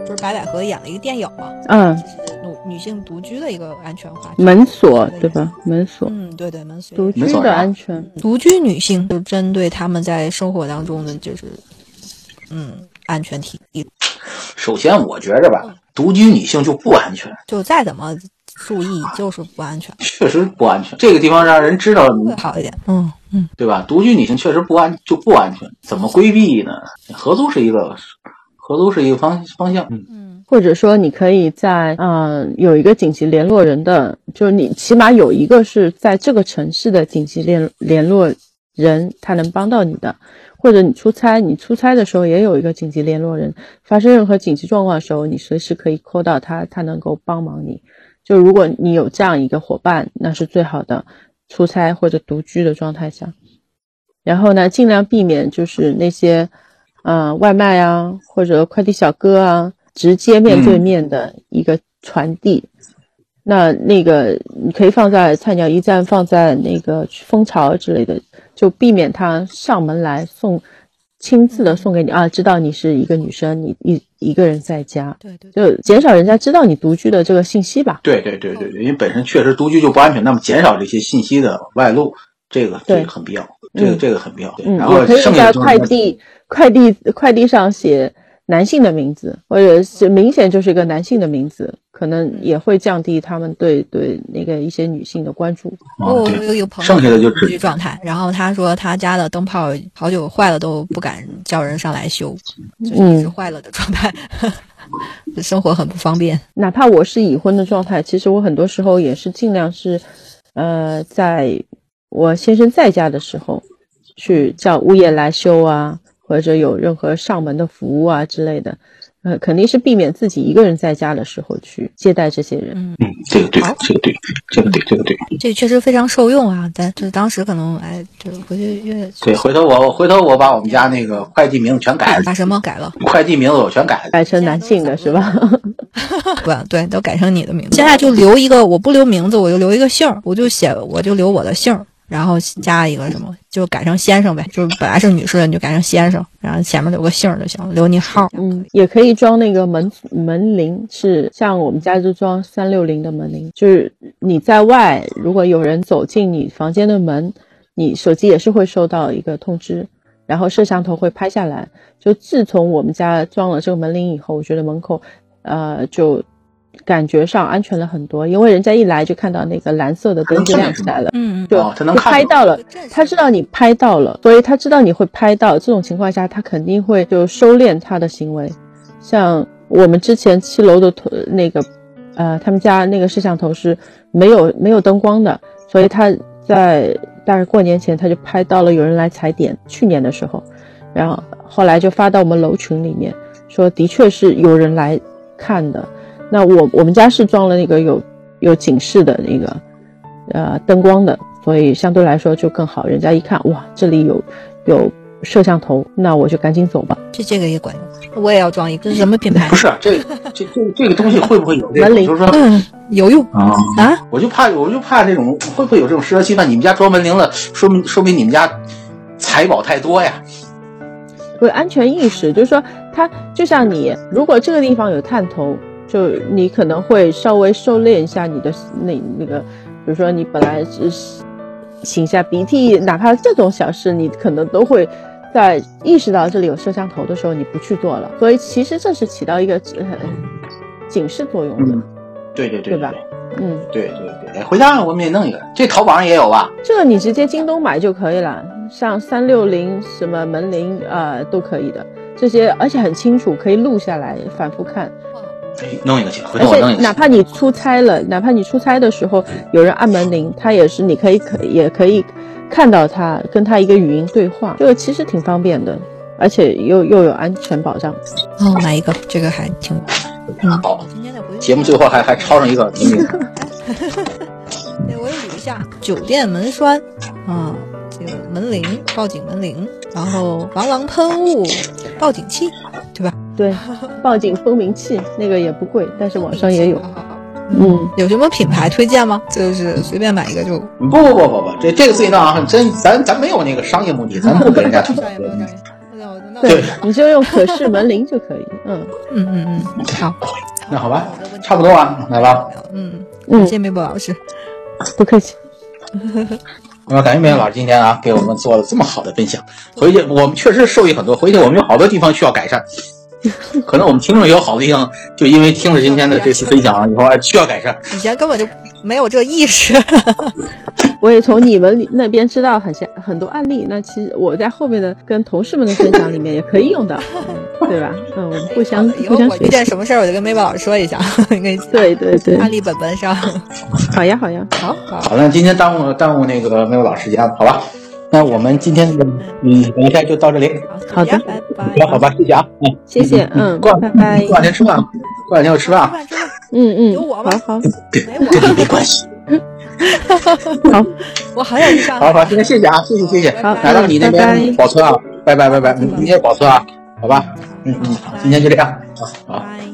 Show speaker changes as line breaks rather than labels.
不是白百合演了一个电影嘛，
嗯，
女女性独居的一个安全话题。
门锁对吧？门锁，
嗯，对对，门锁。
独居
门锁
的
呀
安全，
独居女性就针对她们在生活当中的就是，嗯，安全体力，
首先，我觉着
嗯
吧，独居女性就不安全，
就再怎么注意就是不安全，
确实不安全。这个地方让人知道了，
会好一点。嗯嗯，
对吧？独居女性确实不安，就不安全。怎么规避呢？合租是一个，合租是一个方方向。嗯，
或者说你可以在呃有一个紧急联络人的，就是你起码有一个是在这个城市的紧急联联络人，他能帮到你的。或者你出差，你出差的时候也有一个紧急联络人，发生任何紧急状况的时候，你随时可以 call 到他，他能够帮忙你。就如果你有这样一个伙伴，那是最好的。出差或者独居的状态下，然后呢，尽量避免就是那些，呃，外卖啊或者快递小哥啊，直接面对面的一个传递。那那个你可以放在菜鸟驿站，放在那个蜂巢之类的，就避免他上门来送，亲自的送给你啊，知道你是一个女生，你一一个人在家，
对对对，
就减少人家知道你独居的这个信息吧。
对对对对对，因为本身确实独居就不安全，那么减少这些信息的外露，这个
对
这个很必要，这个
嗯
这个很必要。对
嗯
然，
也
后
可以
剩下
在
的就是
快递、快递、快递上写男性的名字，或者是明显就是一个男性的名字，可能也会降低他们对对那个一些女性的关注。
嗯
我
对
有一个朋友，
剩下的就
独居
只
状态，然后他说他家的灯泡好久坏了都不敢叫人上来修，就是一直
嗯
坏了的状态， 生活很不方便。
哪怕我是已婚的状态，其实我很多时候也是尽量是，呃，在我先生在家的时候，去叫物业来修啊，或者有任何上门的服务啊之类的，呃，肯定是避免自己一个人在家的时候去接待这些人。
嗯，
嗯，这个对
好，
这个对，这个对，这个对。
这确实非常受用啊，但就是当时可能哎，就是回去越
对，回头我回头我把我们家那个快递名字全改了
把，什么改了。
嗯
快递名字我全改了。
改成男性的是吧？
不，对，都改成你的名字。现在就留一个，我不留名字，我就留一个姓儿，我就写，我就留我的姓儿，然后加一个什么，就改成先生呗，就是本来是女士的，你就改成先生，然后前面留个姓儿就行了，留你号儿。
嗯，也可以装那个门门铃，是像我们家就装三六零的门铃，就是你在外如果有人走进你房间的门，你手机也是会收到一个通知，然后摄像头会拍下来。就自从我们家装了这个门铃以后，我觉得门口，呃，就感觉上安全了很多，因为人家一来就看到那个蓝色的灯就亮起来了。
嗯，
就
哦他能
就
看
拍
到
到了，他知道你拍到了，所以他知道你会拍到。这种情况下，他肯定会就收敛他的行为。像我们之前七楼的头那个，呃，他们家那个摄像头是没有没有灯光的，所以他在大概过年前他就拍到了有人来踩点，去年的时候，然后后来就发到我们楼群里面，说的确是有人来看的。那我我们家是装了那个有有警示的那个呃灯光的，所以相对来说就更好。人家一看，哇，这里有有摄像头，那我就赶紧走吧。
这这个也管用，我也要装一个，这是什么品牌
不？是这这这这个东西会不会有这
门
种，
铃
就是说
嗯，有用
啊、
啊，
我就怕我就怕这种会不会有这种适得其反？你们家装门铃了，说明说明你们家财宝太多呀。
不是安全意识，就是说，它就像你，如果这个地方有探头，就你可能会稍微收敛一下你的那那个，比如说你本来是擤一下鼻涕，哪怕这种小事，你可能都会在意识到这里有摄像头的时候，你不去做了。所以其实这是起到一个呃警示作用
嗯
的。，
对对对
嗯对吧嗯，
对对对对，回家我们也弄一个，这淘宝上也有吧？
这个你直接京东买就可以了，像三六零什么门铃啊、呃都可以的。这些而且很清楚，可以录下来反复看。
哎弄一个去，回
而
头我弄
且
一个
哪
去。
怕你出差了，哪怕你出差的时候有人按门铃，他也是你可以可也可以看到他，跟他一个语音对话，这个其实挺方便的。而而且又又有安全保障。
哦，来一个，这个还挺嗯
好，
今天的不用
节目最后还还抄上一个文明，
对，哎我也捋一下：酒店门栓，啊、这个门铃、报警门铃，然后防狼喷雾、报警器，对吧？
对，报警蜂鸣器那个也不贵，但是网上也有
好。好好
嗯，
有什么品牌推荐吗？就是随便买一个就。
不不不不不，这这个自己当啊，真咱咱没有那个商业目的，咱不给人家推
商
荐
业。啊没有商业那我那我
对，你就用可视门铃就可以。嗯
嗯嗯嗯，好，
那好吧
我的问题
差不多啊来吧。
嗯，感
嗯，
谢梅博老师，
不客气。
那感谢梅老师今天啊，给我们做了这么好的分享。回去我们确实受益很多，回去我们有好多地方需要改善。可能我们听众也有好多地方，就因为听了今天的这次分享啊，以后还需要改善。
以前根本就没有这个意识。
我也从你们那边知道很些很多案例，那其实我在后面的跟同事们的分享里面也可以用到，对吧？嗯，我们互 相
以
互
后
相
我遇
学习。
见什么事儿，我就跟梅博老师说一下， 你可以
对对对，
案例本本上。
好呀好呀，
好好，
好，那今天耽误耽误那个梅有老师时间了，好吧？那我们今天的嗯聊天就到这里，
好的
拜拜。
好吧？谢谢啊，嗯，
谢谢，嗯，
过
拜拜，
过两天吃饭，啊，过两天我吃饭
吃
啊，
饭吃饭，
嗯嗯，
有我
好
吗
好，
没我，
跟你没关系。
我好想去上海
好。好，今天谢谢啊，谢谢谢谢，
好
来到你那边保存啊，拜拜拜拜，嗯你也保存啊，好吧？嗯嗯，好今天就这样，好好。
拜。